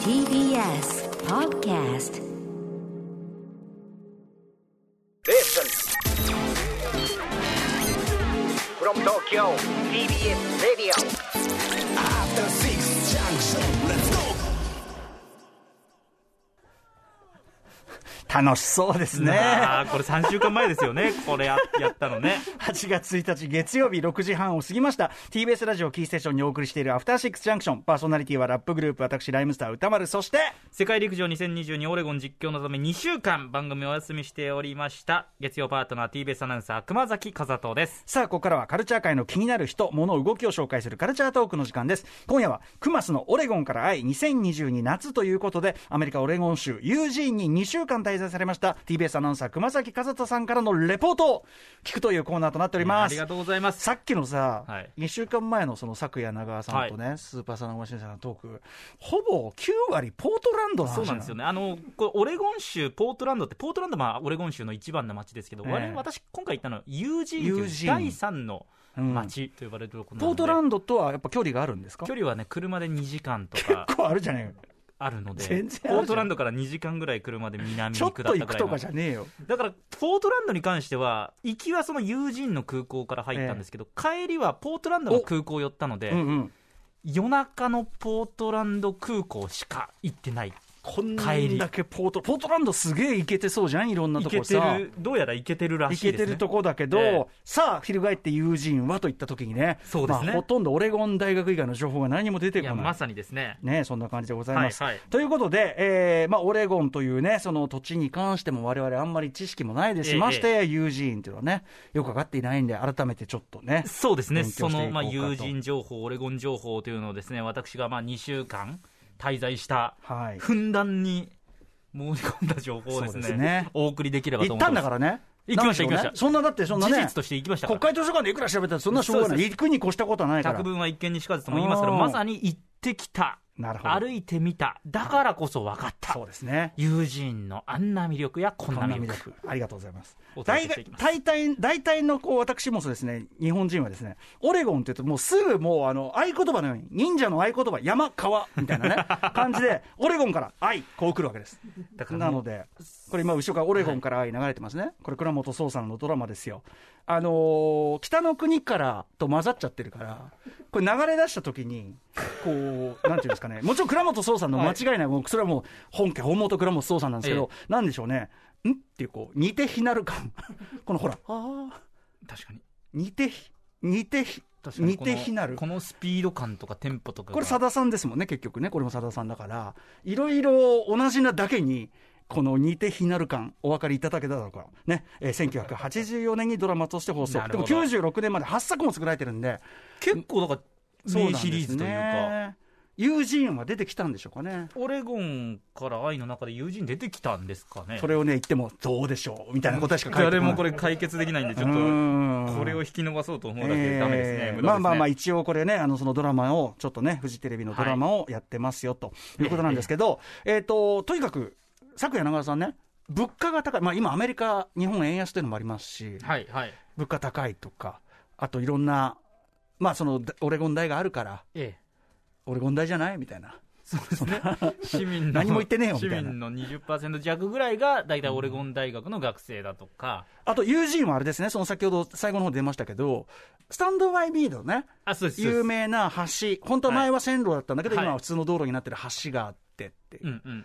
TBS Podcast Listen. From Tokyo, TBS Radio. After Six Junction, let's go. 楽しそうですね。あーこれ3週間前ですよね、これややったのね。 8月1日月曜日6時半を過ぎました。TBS ラジオキーステーションにお送りしているアフターシックスジャンクション。パーソナリティはラップグループ、私、ライムスター歌丸。そして、世界陸上2022オレゴン実況のため2週間番組お休みしておりました。月曜パートナー TBS アナウンサー熊崎和人です。さあ、ここからはカルチャー界の気になる人、物、動きを紹介するカルチャートークの時間です。今夜は、クマスのオレゴンから愛2022夏ということで、アメリカオレゴン州ユージーンに2週間滞在されました TBS アナウンサー熊崎和人さんからのレポートを聞くというコーナーとなっておりまあす。りがとうございます。さっきのさ、はい2週間前のその昨夜長谷さんとね、スーパーサナゴマシンさんのトーク、ほぼ9割ポートランドの話そうなんですよね。あの、これオレゴン州ポートランドって、ポートランドまあオレゴン州の一番の町ですけど、ええ我々私今回行ったのはユージーンというユージーン第三のうん町と呼ばれるところなポーので、トランドとはやっぱ距離があるんですか距離はね、車で2時間とか結構あるじゃねえよあるの で、全然あるじゃんポートランドから2時間ぐらい車で南にちょっ下ったぐとらい行のくとかじゃねえよだから、ポートランドに関しては、行きはその友人の空港から入ったんですけど、帰りはポートランドの空港寄ったので、うんうん夜中のポートランド空港しか行ってない。こん帰りだけポートポートランドすげえ行けてそうじゃんいろんな行とけこてさる、どうやら行けてるら行しいけです、ね。てるとこだけど、ええさあ、翻って友人はといったときにねそうですねまあ、ほとんどオレゴン大学以外の情報が何も出ていこや、ない。まさにですね。ね、そんな感じでございます。はいはいということで、えーまあ、オレゴンというね、その土地に関しても我々あんまり知識もないですし、ええまして、ユージーンというのはね、よくわかっていないんで、改めてちょっとね。そうですね。勉強していこそうかとの、まあ、友人情報、オレゴン情報というのをですね、私がまあ、2週間滞在した、はい。ふんだんに申し込んだ情報をですね、そうですねお送りできればと行思っったてまんす。だからね。行きましたなんでょうね行きましたそんな、だってそんなね。事実として行きましたから国会図書館でいくら調べたってそんなしょうがそうなでい。行くに越したことはないから百。聞は一見にしかずとも言いますから、うんまさに行ってきた、なるほど歩いてみた、だからこそ分かったそう、ですね。友人のあんな魅力やこんな魅耳力、ありがとうございますお。届大けしていきます大体、大体のこう私もそうですね、日本人はですね、オレゴンって言うと、もうすぐもうあの合言葉のように、忍者の合言葉、山、川みたいなね、感じで、オレゴンから愛、こう来るわけです。だからなものうで、これ今、後ろからオレゴンから愛流れてますね、これ、倉本壮さんのドラマですよ。あのー北の国からと混ざっちゃってるから、これ、流れ出した時に、こう、なんていうんですかね、もちろん倉本壮さんの間違いない、もうそれはもう本家、本元倉本壮さんなんですけど、なんでしょうね、んっていう、こう、似て非なる感、このほら、あ確かに、似て非、似て非、確かに似このて非なる。このスピード感とかテンポとかが、これ、さださんですもんね、結局ね、これもさださんだから、いろいろ同じなだけに、この似て非なる感、お分かりいただけただろうか、ねえー、1984年にドラマとして放送な、でるもほど96年まで8作も作られてるんで、結構だから、名シリーズというか、か。ユージーンは出てきたんでしょうかね。オレゴンから愛の中で友人出てきたんですかね。それをね、言ってもどうでしょうみたいなことしか書いてこな誰い。もこれ解決できないんで、ちょうっーと、んこれを引き伸ばそうと思うだけでダメですね。えー無駄ですねまあまあまあ、一応これね、あのそのドラマを、ちょっとね、フジテレビのドラマをやってますよということなんですけど、えっと、とにかく、昨夜、長田さんね、物価が高い、まあ、今、アメリカ、日本円安というのもありますし、はいはい。物価高いとか、あといろんな、まあ、そのオレゴン大があるから、ええオレゴン大じゃないみたいな、そうですね。市民の、何も言ってねえよみた市いな民の20%弱ぐらいが、大体オレゴン大学の学生だとか、あと友人はあれですね、その先ほど、最後の方で出ましたけど、スタンド・バイ・ミーのね、あ、そうです。そうです有。名な橋、本当は前は線路だったんだけど、はい今は普通の道路になってる橋があってっていううんうん。ま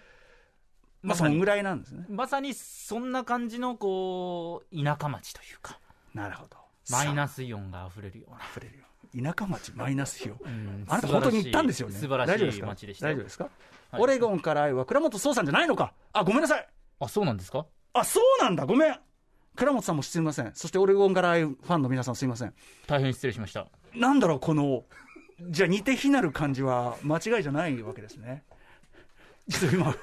まあ、そさのにぐ、らいなんですね。まさにそんな感じの、こう、田舎町というか、なるほど。マイナス。スイオンが溢れるような。溢れるよ。田舎 町マイナス費う用。んあなた本当に行ったんですよね。素晴ら大丈夫でしすいか町でしたよ。大丈夫ですか、はいオレゴンから愛は倉本壮さんじゃないのか。あ、ごめんなさい。あ、そうなんですかあ、そうなんだ。ごめん。倉本さんもすみません。そしてオレゴンから愛ファンの皆さんすみません。大変失礼しました。なんだろう、この、じゃあ似て非なる感じは間違いじゃないわけですね。ちょっと 今、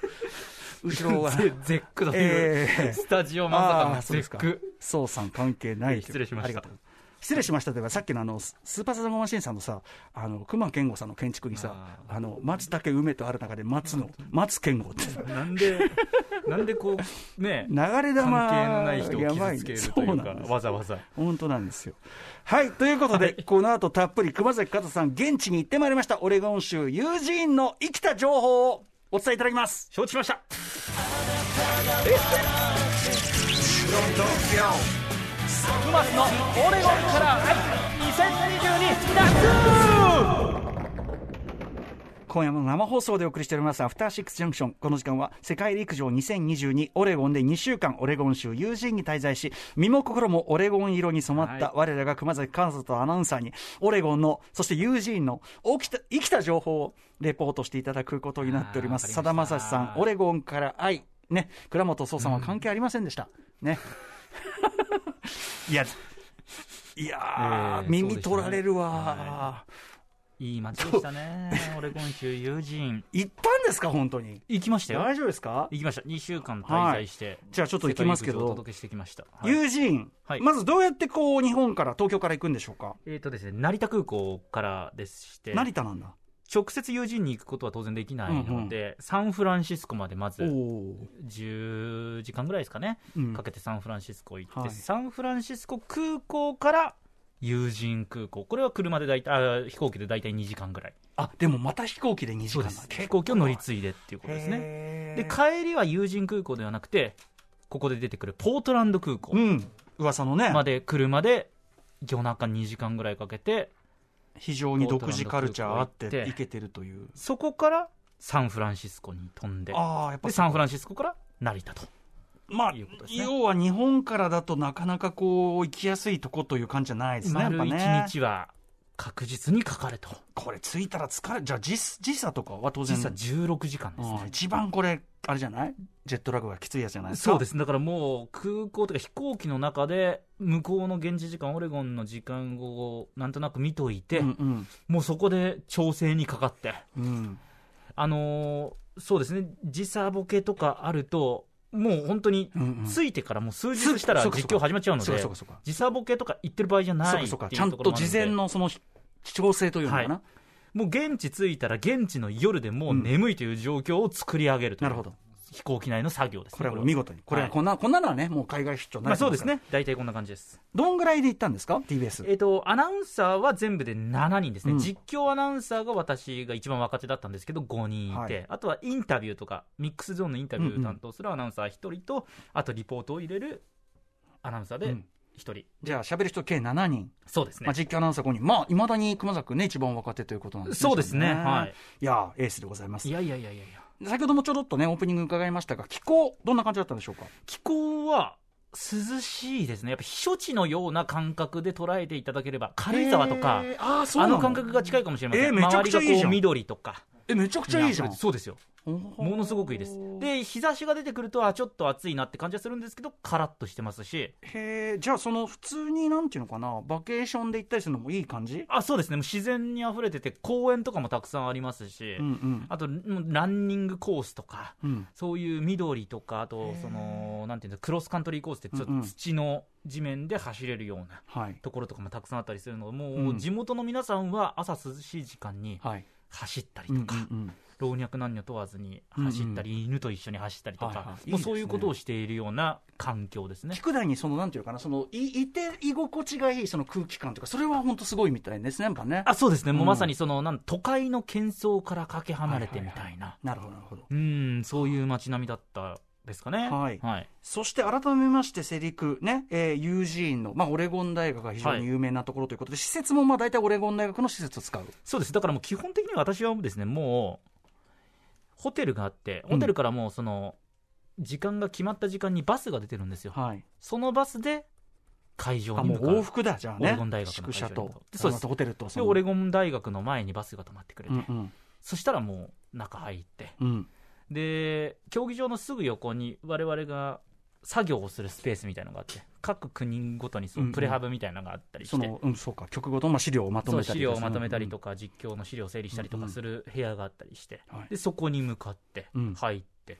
後ろが。ゼゼックだという、ええスタジオまさあかあー、のそうゼですッかク。。総さん関係ないという。失礼しましたありがとう失礼しましたといえば、さっきのあのススーパーサザンゴマシンさんのさ、あの熊健吾さんの建築にさ、あの松だけ梅とある中で松の、松健吾って、なんで、なんでこう、ね、流れ関係玉のない人やばをい傷つけねそるといううなか、んですわざわざ。本当なんですよ。はい、ということで、この後たっぷり熊崎和人さん、現地に行ってまいりました、オレゴン州ユージーンの生きた情報をお伝えいただきます。承知しました。 From Tokyo クマスのオレゴンから2022夏今夜も生放送でお送りしております、アフターシックスジャンクション。この時間は、世界陸上2022オレゴンで2週間、オレゴン州ユージーンに滞在し、身も心もオレゴン色に染まった、はい我らが熊崎和人アナウンサーに、オレゴンの、そしてユージーンの起きた、生きた情報をレポートしていただくことになっております。あーさだまさしさわかりましん、たオレゴンから愛。ね、倉本壮さんは関係ありませんでした。ね。いや、いやー、えー耳取られるわー、いい街でしたね。オレゴン州友人。行ったんですか、本当に。行きましたよ。大丈夫ですか、行きました。2週間滞在して。じゃあちょっと行きますけど世界陸上をお届けしてきました。はい友人、はいまずどうやってこう、日本から、東京から行くんでしょうか。えーとですね、成田空港からでして、成田なんだ。直接友人に行くことは当然できないので、サンフランシスコまでまおずー10時間ぐらいですかね、うんかけてサンフランシスコ行って、はいサンフランシスコ空港から友人空港、これは車で大体、あ飛行機で大体2時間ぐらい、あ、でもまた飛行機で2時間だ飛行機を乗り継いでっていうことですね。ねで、帰りは友人空港ではなくて、ここで出てくるポートランド空港うん。噂のね、まで車で夜中2時間ぐらいかけて、非常に独自カルチャーあっポートランド空港行て、って行けてるという。そこからサンフランシスコに飛んで、ああ、やっぱでサンフランシスコから成田と。まあ、いうことですね要は日本からだとなかなかこう、行きやすいとこという感じじゃないですね、やっ丸ぱ一ね。日は確実にかかると。これ着いたら疲れ、じゃあ時時差とかは当然。実は16時間ですうんね。一番これ、あれじゃないジェットラグがきついやつじゃないですか。そうです。だからもう空港というか飛行機の中で向こうの現地時間オレゴンの時間をなんとなく見といて、うんもうそこで調整にかかって、うん。うん。あのーそうですね、時差ボケとかあると、もう本当にうんうん着いてからもう数日したらそうかそう実か況始まっちゃうのそうでかそうかそうか、時差ボケとか言ってる場合じゃないそっうかていうそうとこか。ちゃんろと事前もあるでのその調整というのかな。はもう現地着いたら現地の夜でもう眠いという状況を作り上げるという、なるほど。飛行機内の作業ですね、これはもう見事に。これははいこんな、こんなのはね、もう海外出張になまあるそうです。ね大体こんな感じですどんぐらいで行ったんですか ?TBS。えっ、とアナウンサーは全部で7人ですね、うん実況アナウンサーが私が一番若手だったんですけど5人いて、はいあとはインタビューとかミックスゾーンのインタビューを担当するアナウンサー1人と、あとリポートを入れるアナウンサーでう1ん人、じゃあ喋る人計7人。そうですね、まあ実況アナウンサー5人。まあ、いまだに熊崎くんね、一番若手ということなんですね。そうですね多分はい。いやー、エースでございますい。やいやいやいやいや先ほどもちょろっとね、オープニング伺いましたが、気候、どんな感じだったんでしょうか気候は涼しいですねやっぱ避暑地のような感覚で捉えていただければ軽井沢とか、えーあーそうあなの感覚が近いかもしれません、えーめちゃくちゃいいじゃん周りがこう緑とかえ、めちゃくちゃいいじゃん。そうですよもものすごくいいですで日差しが出てくるとあちょっと暑いなって感じはするんですけどカラッとしてますしへえ、じゃあその普通になんていうのかな、バケーションで行ったりするのもいい感じあそうですねもう自然に溢れてて公園とかもたくさんありますし、うんうん。あともうランニングコースとかうん。そういう緑とかあとそのなんていうんですかクロスカントリーコースってちょっうんうんと土の地面で走れるようなはい。ところとかもたくさんあったりするのでもううん地元の皆さんは朝涼しい時間にはい。走ったりうんうとんか、うん。老若男女問わずに走ったり、犬と一緒に走ったりとはいかは、いもいいですうねそういうことをしているような環境ですね。菊台にそのなんていうかな、そのい、いて居心地がいいその空気感とか、それは本当すごいみたいですね、やっぱね。あそうですね、もううんまさにそのなん都会の喧騒からかけ離れてみたいな、なるほど、なるほど。うん、そういう街並みだったですかね。はいそして改めまして、セリク、ね、えー、ユージーンの、まあ、オレゴン大学が非常に有名なところということで、施設もまあ大体オレゴン大学の施設を使う。そうですだからもう基本的に私はですねもうホテルがあってホテルからもうその、時間が決まった時間にバスが出てるんですよ、はい。そのバスで会場あ、にも向うかう往復だ、じゃあね。オレゴン大学宿の舎会場にと、でそうですあのホテルと、でオレゴン大学の前にバスが止まってくれうて、んうん。そしたらもう中入ってうん。で競技場のすぐ横に我々が作業をするスペースみたいなのがあって各国ごとにそうんうのんプレハブみたいなのがあったりして、その、うん、そうか、曲ごと、まあ、資料をまとそうめた資り料とかをまとめたりかとか、実況の資料を整理したりとかする部屋があったりして、はいでそこに向かってうん入って、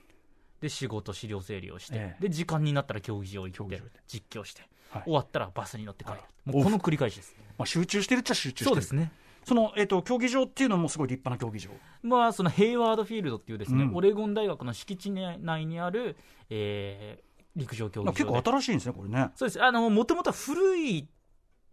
で仕事資料整理をして、ええで時間になったら競技場行競っ技て場で実況して、はい終わったらバスに乗って帰る、はもうこの繰り返しですまあ、集中してるっちゃ集中してるそうですねその、えっと競技場っていうのもすごい立派な競技場まあそのヘイワードフィールドっていうですね、うんオレゴン大学の敷地内にある、えー陸上競技場で結構新しいんですねこれねそうです。あの、もともとは古い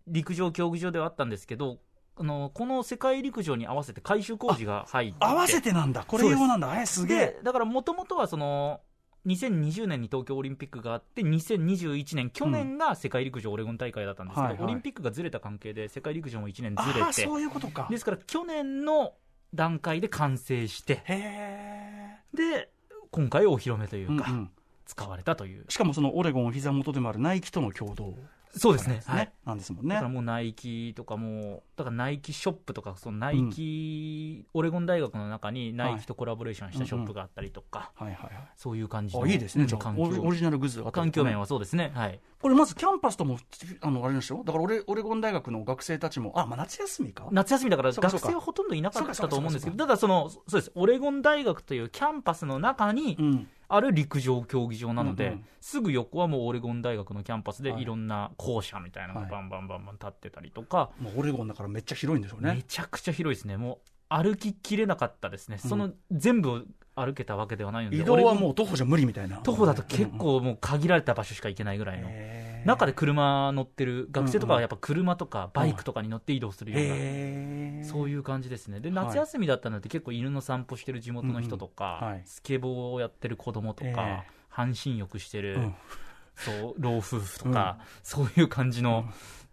陸上競技場ではあったんですけど、あの、この世界陸上に合わせて改修工事が入って。合わせてなんだこれ用なんだえすげえで、だからもともとはその、2020年に東京オリンピックがあって、2021年、去年が世界陸上オレゴン大会だったんですけど、はいはいオリンピックがずれた関係で、世界陸上も1年ずああれそて、ういうことかですから去年の段階で完成して、へえで、今回お披露目というか、うんうん使われたという、しかもそのオレゴンお膝元でもあるナイキとの共同そうですね、ねはい、なんですもんねだからもうナイキとかもうだからナイキショップとかそのナイキ、オレゴン大学の中にナイキとコラボレーションしたショップがあったりとか、はいはいはいそういう感じあのいいですね、うんじゃあ環オリオリ境ジナルグッズがあったり環と境かね面はそうですねはいこれまずキャンパスともあのあれなんですよだから俺オレゴン大学の学生たちもあ、まあ、夏休みか夏休みだからそうかそう学か生はほとんどいなかっそうたかそとうかそうか思うんですけどただそのそうですオレゴン大学というキャンパスの中にうんある陸上競技場なので、うんうんすぐ横はもうオレゴン大学のキャンパスではいいろんな校舎みたいなのがはいバンバンバンバン立ってたりとか、もうオレゴンだからめっちゃ広いんでしょうねめちゃくちゃ広いですね、もう歩ききれなかったですね、うんその全部を歩けたわけではないので、移動は俺もう徒歩じゃ無理みたいな徒歩だと結構もう限られた場所しか行けないぐらいの、へー中で車乗ってる、学生うとかんうはんやっぱ車とかバイクとかに乗って移動するような。へーそういう感じですねではい夏休みだったので、結構犬の散歩してる地元の人とか、うんうんはいスケボーをやってる子供とか、ええ半身浴してる、うんそう老夫婦とか、そういう感じの、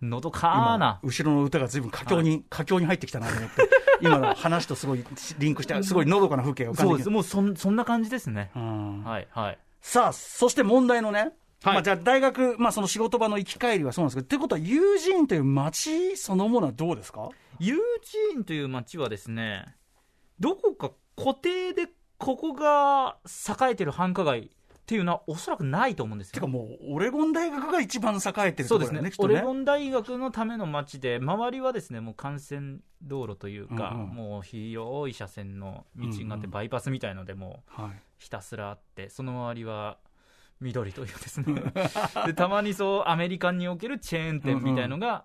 のどかー今な、後ろの歌がずいぶん佳境に佳境に入ってきたなと思って今の話とすごいリンクしてすごいのどかな風景が浮かんそでうできす、るもうそんそんな感じですね。うんはいはいさあそして問題のねはいまあじゃあ大学、まあ、その仕事場の行き帰りはそうなんですけど、ってことは、友人という街そのものはどうですかユーチーンという町はですね、どこか固定でここが栄えてる繁華街っていうのはおそらくないと思うんですてよ。かもう、オレゴン大学が一番栄えてるそとうころですだねよね、きっオとレねゴ。ン大学のための町で、周りはですねもう幹線道路というか、うんうんもう広い車線の道があっうんうて、んバイパスみたいので、もうはいひたすらあって、その周りは緑というです ね、でたまにそうアメリカンにおけるチェーン店みたいのが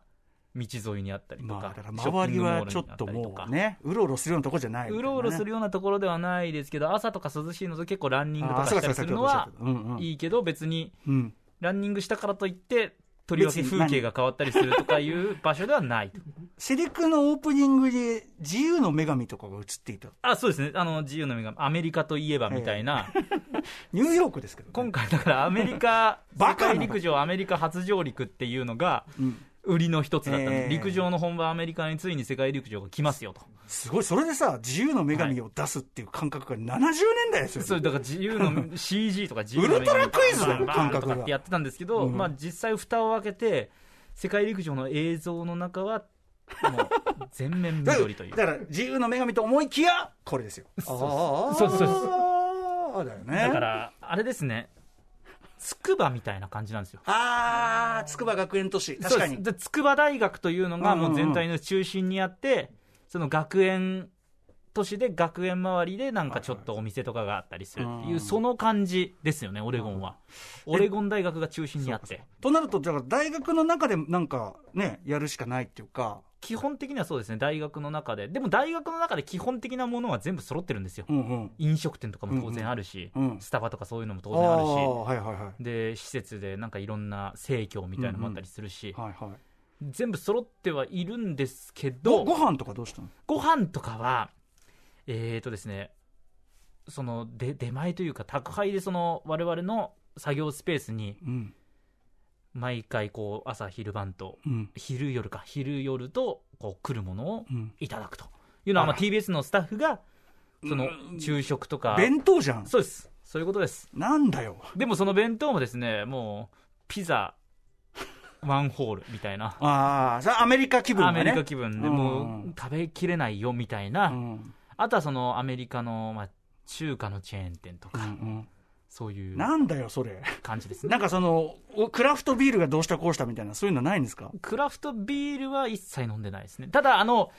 道沿いにあったりとまあ、だか、からショッ周ピンりグモールはにちょっあたとりもかうね、うろうろするようなとこじゃないみたういなねろうろするようなところではないですけど、朝とか涼しいのと結構ランニングとあかそしうたかりそうすかるのはうんうんいいけど、別にうんランニングしたからといって、とりわけ別に風景が変わったりするとかいう場所ではないと。セリクのオープニングで自由の女神とかが映っていた。あ、そうですね。あの、自由の女神、アメリカといえばみたいな、ニューヨークですけど、ね。今回だからアメリカ、 バ世カな界陸上アメリカ初上陸っていうのがうん売りの一つだったのええで、陸上の本場アメリカについに世界陸上が来ますよと。すごい、それでさ、自由の女神を出すっていう感覚が70年代ですよ、ねそうだから自由の CG とか自由の女神ウルトラクイズだよバーン感覚がバーンとかってやってたんですけど、うんまあ実際蓋を開けて世界陸上の映像の中はもう全面だ緑と いうだから、自由の女神と思いきや、これですよ。ああ、そうそうそうそう。だよね。だからあれですね筑波みたいな感じなんですよああ、筑波学園都市。確かそうに。ですで筑波大学というのがうんうんうんもう全体の中心にあって、その学園都市で学園周りでなんかちょっとお店とかがあったりするっていう、うんその感じですよねオレゴンはオレゴン大学が中心にあってとなると、だから大学の中でなんかね、やるしかないっていうか、基本的にはそうですね大学の中ででも大学の中で基本的なものは全部揃ってるんですよ、うんうん。飲食店とかも当然あるし、うんうんスタバとかそういうのも当あ然あるしあ、はいはいはい。で施設でなんかいろんな生協みたいなのもあったりするし、はいはい。全部揃ってはいるんですけごどご飯とかどうしたのご飯とかはえー、とですねそので出前というか宅配でその我々の作業スペースにうん。毎回こう朝昼晩とうん。昼夜か昼夜とこう来るものをうん。いただくというのは、まあ、TBS のスタッフがその昼食とか、弁当じゃん。そうですそういうことですなんだよ。でもその弁当もですねもうピザワンホールみたいなああ、それアメリカ気分アだね。メリカ気分でうんもう食べきれないよみたいな、うんあとはそのアメリカの、まあ、中華のチェーン店とうか、んそうういんうなんだよ、それ。感じですねなんかその、おクラフトビールがどうしたこうしたみたいな、そういうのないんですかクラフトビールは一切飲んでないですねただあの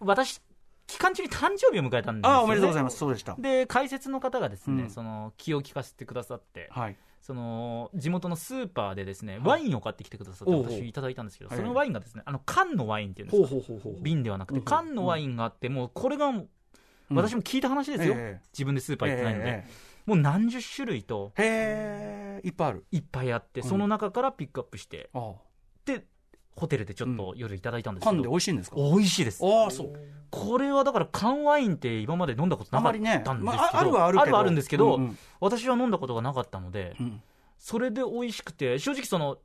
私期間中に誕生日を迎えたんですよ、ね、ああ、おめでとうございます。そうでした。で解説の方がですね、うんその気を利かせてくださって、はい。その地元のスーパーでですね、ワインを買ってきてくださっておうおう私いただいたんですけど、はいそのワインがですねあの缶のワインっていうんですほうかほうほうほう。瓶ではなくてうん缶のワインがあってもうこれがもううん私も聞いた話ですよ、ええ自分でスーパー行ってないので、えもう何十種類とえへえ、いっぱいある。いっぱいあってうんその中からピックアップして、あでホテルでちょっと夜いただいたんであ。すけ缶でど、美味しいんですか美味しいですああ、そう。これはだから缶ワインって今まで飲んだことあなかまったりんですねけ。ど、まあ、あるはあるけど。あるはあるんですけど、うんうん私は飲んだことがなかったので、うんそれで美味しくて、正直その、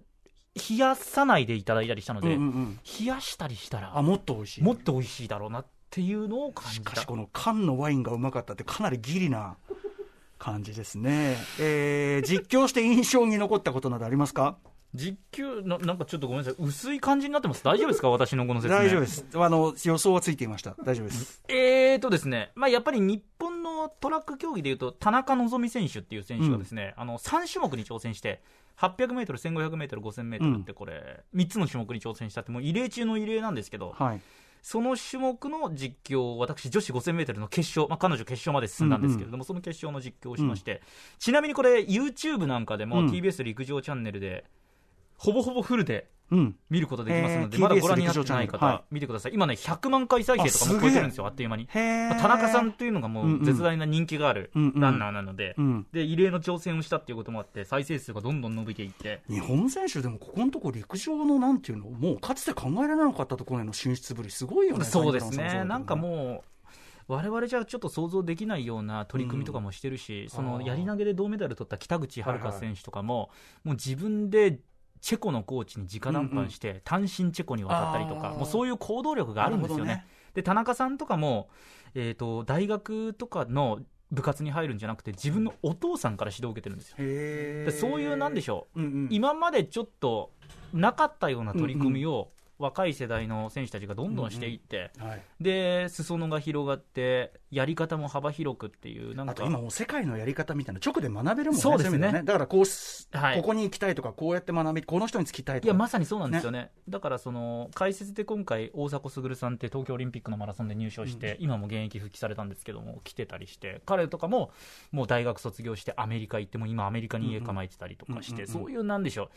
冷やさないでいただいたりしたのうんで、うんうん冷やしたりしたあ、ら、もっと美味しい。もっと美味しいだろうなっていうのを感じ。したかしこの缶のワインがうまかったってかなりギリな 感じですね、えー、実況して印象に残ったことなどありますか実況な、なんかちょっとごめんなさい、薄い感じになってます。大丈夫ですか私のこの説明。大丈夫で。すあの予想はついていました大丈夫ですえーとですね、まあやっぱり日本のトラック競技でいうと、田中希実選手っていう選手がですね、あの、3種目に挑戦して、800メートル、1500メートル、5000メートルってこれ、3つの種目に挑戦したって、もう異例中の異例なんですけど、はいその種目の実況を私、女子 5000m の決勝、まあ、彼女決勝まで進んだんですけれども、その決勝の実況をしまして、ちなみにこれ、YouTube なんかでも、うん TBS 陸上チャンネルで、ほぼほぼフルでうん見ることできますので、えーまだご覧になって TBS 陸上ないチャンネルは方い、見てください、今ね、100万回再生とかもあす超げええてるんですよ、あっという間に。へえ、まあ田中さんというのがもうんううん絶大な人気があるうんうんランナーなので、うんで異例の挑戦をしたっていうこともあって、再生数がどんどん伸びていって、日本選手でもここのとこ陸上のなんていうのもうかつて考えられなかったところへの進出ぶりすごいよねそうです谷ね、な川さんかそうだとねもう、われわれじゃちょっと想像できないような取り組みとかもしてるし、そあのーやり投げで銅メダル取った北口榛花選手とかも、もう自分でチェコのコーチに直談判して、単身チェコに渡ったりとか、あーもうそういう行動力があるんですよね。なるほどねで田中さんとかも、えー、と大学とかの部活に入るんじゃなくて、自分のお父さんから指導を受けてるんですよ。へでそういう、なんでしょう、う、うんうん、今までちょっとなかったような取り組みを若い世代の選手たちがどんどんしていって、はい、で裾野が広がって、やり方も幅広くっていう、なんあかと今、もう世界のやり方みたいな、直で学べるもんね、そうですねい意味はだからこうす、はいここに行きたいとか、こうやって学び、この人につきたいとか、いや、まさにそうなんですよね、だからその解説で今回、大迫傑さんって東京オリンピックのマラソンで入賞して、今も現役復帰されたんですけども、来てたりして、彼とかももう大学卒業して、アメリカ行って、もう今、アメリカに家構えてたりとかして、うんうんうんそういうなんでしょう、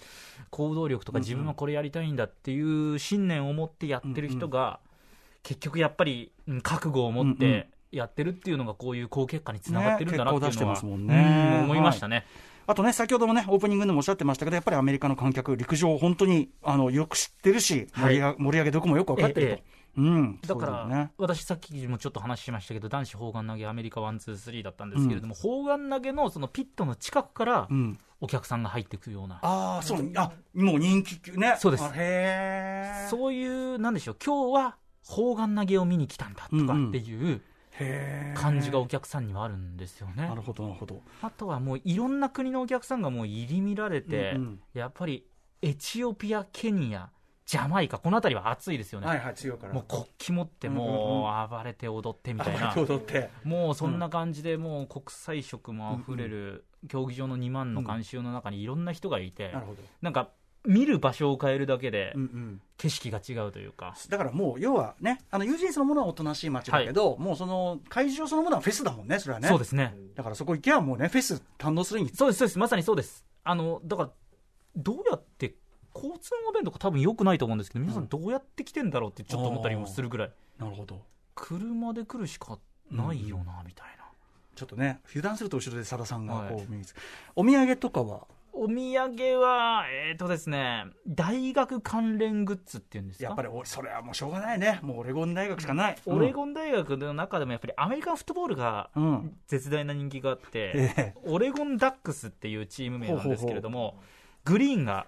行動力とうか、んうん自分はこれやりたいんだっていう信念を持ってやってる人が、結局やっぱり、うん覚悟を持っうんうんてやってるっていうのが、こういう好結果につながってるんだなってねいうのは、結果を出してますもんねうん思いましたね。あとね、先ほどもね、オープニングでもおっしゃってましたけど、やっぱりアメリカの観客、陸上、本当にあのよく知ってるし、は盛いり上げ盛り上げどこもよく分かってると。えうん、だかそうら、だよね、私、さっきもちょっと話しましたけど、男子砲丸投げ、アメリカワン、ツー、スリーだったんですけれども、砲丸投げのそのピットの近くからうん、お客さんが入ってくるような、ああ、そう、あもう人気級ね、そうですあへえ、そういう、なんでしょう、今日は砲丸投げを見に来たんだとかっていうへー感じがお客さんにはあるんですよねな。るほど、なるほど、あとはもういろんな国のお客さんがもう入り乱れて、うんうんやっぱりエチオピア、ケニア、ジャマイカ、この辺りは暑いですよね。はいはい、強いから、もう国旗持ってもう暴れて踊ってみたいな、 あ踊っ て、もうそんな感じで、もう国際色もあふれる、競技場の2万の観衆の中にいろんな人がいて、なるほど、なんか見る場所を変えるだけでうん、うん。景色が違うというか、だからもう要はね、あの友人そのものはおとなしい街だけど、もうその会場そのものはフェスだもんね、それはね。そうですね、だからそこ行けばもうね、フェス堪能するにそうです、そうです、まさにそうです、あのだから、どうやって、交通の便とか、多分良くないと思うんですけど、皆さん、どうやって来てんだろうってちょっと思ったりもするぐらい、なるほど。車で来るしかないよな、みたいな。ちょっとね、油断すると後ろでさださんがはこいう見につ、お土産とかは、お土産は、えっ、とですね、大学関連グッズっていうんですか。やっぱりおそれはもうしょうがないね、もうオレゴン大学しかない。オレゴン大学の中でもやっぱりアメリカンフットボールがうん、うん絶大な人気があって、ええオレゴンダックスっていうチーム名なんですけれども、グリーンが、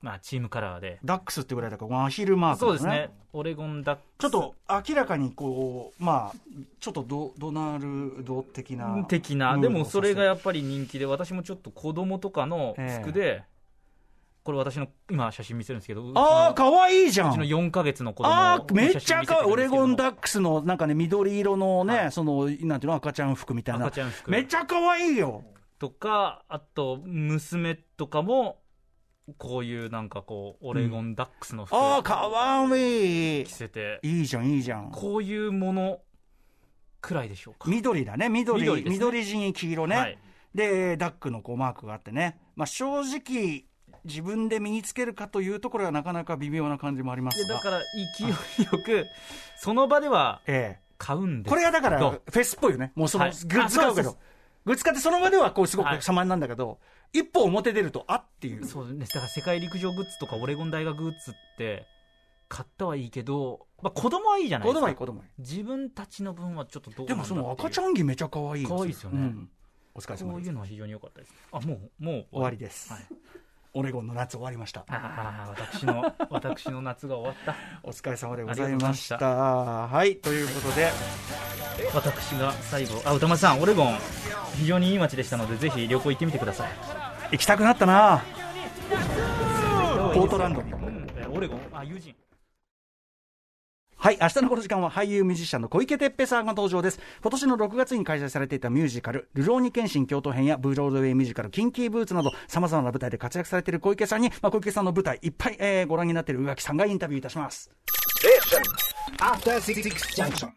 まあ、チームカラーで、ダックスってぐらいだから、このアヒルマーク、そうですね、オレゴンダックス。ちょっと明らかにこう、まあ、ちょっとドドナルド的な。的な、ムーでドをもそれがさやっぱり人気で、私もちょっと子供とかの服で、これ私の今、写真見せるんですけど、うちせてああ、のかわいいじゃん。うちの4ヶ月の子供あーめっちゃ赤い、オレゴンックダックスのなんかね、緑色のね、はそのなんていうの、赤ちゃん服みたいな赤、ちゃん服めっちゃ可愛いよ、とか、あと、娘とかも、こういうなんかこう、オレゴンダックスの服ああ、を可愛い着、せて、いいじゃん、いいじゃん、こういうものくらいでしょうか。緑だね緑緑緑です地ねに黄色ね、はいでダックのこうマークがあってね、まあ、正直自分で身につけるかというところはなかなか微妙な感じもありまいやすがだから勢いよく、その場ではええ買うんですこれがだからどフうェスっぽいよねもうそのはグッいズ買うけあそうそうど、そうグッズ買ってその場ではこうすごはいく様になんだけど、一歩表出るとあっていうそうね、だから世界陸上グッズとかオレゴン大学グッズって買ったはいいけど、まあ、子供はいいじゃない子で供すかはいい子供はい自分たちの分はちょっとどういでもなんだってそいうの赤ちゃん着めちゃ可愛い可愛いですよねうんお疲れこ様うでいすうのは非常に良かったですあもうもう終わりです、はいオレゴンの夏終わりましたああ私の私の夏が終わったお疲れ様でございましたありがはいということで、私が最後あ歌丸さんオレゴン非常にいい街でしたのでぜひ旅行行ってみてください行きたくなったなポートランドにうんえオレゴンあ友人はい、明日のこの時間は俳優ミュージシャンの小池徹平さんが登場です。今年の6月に開催されていたミュージカル、ルローニケンシン京都編やブロードウェイミュージカル、キンキーブーツなど、様々な舞台で活躍されている小池さんに、まあ、小池さんの舞台いっぱい、えーご覧になっている宇垣さんがインタビューいたします。 After Six Junction.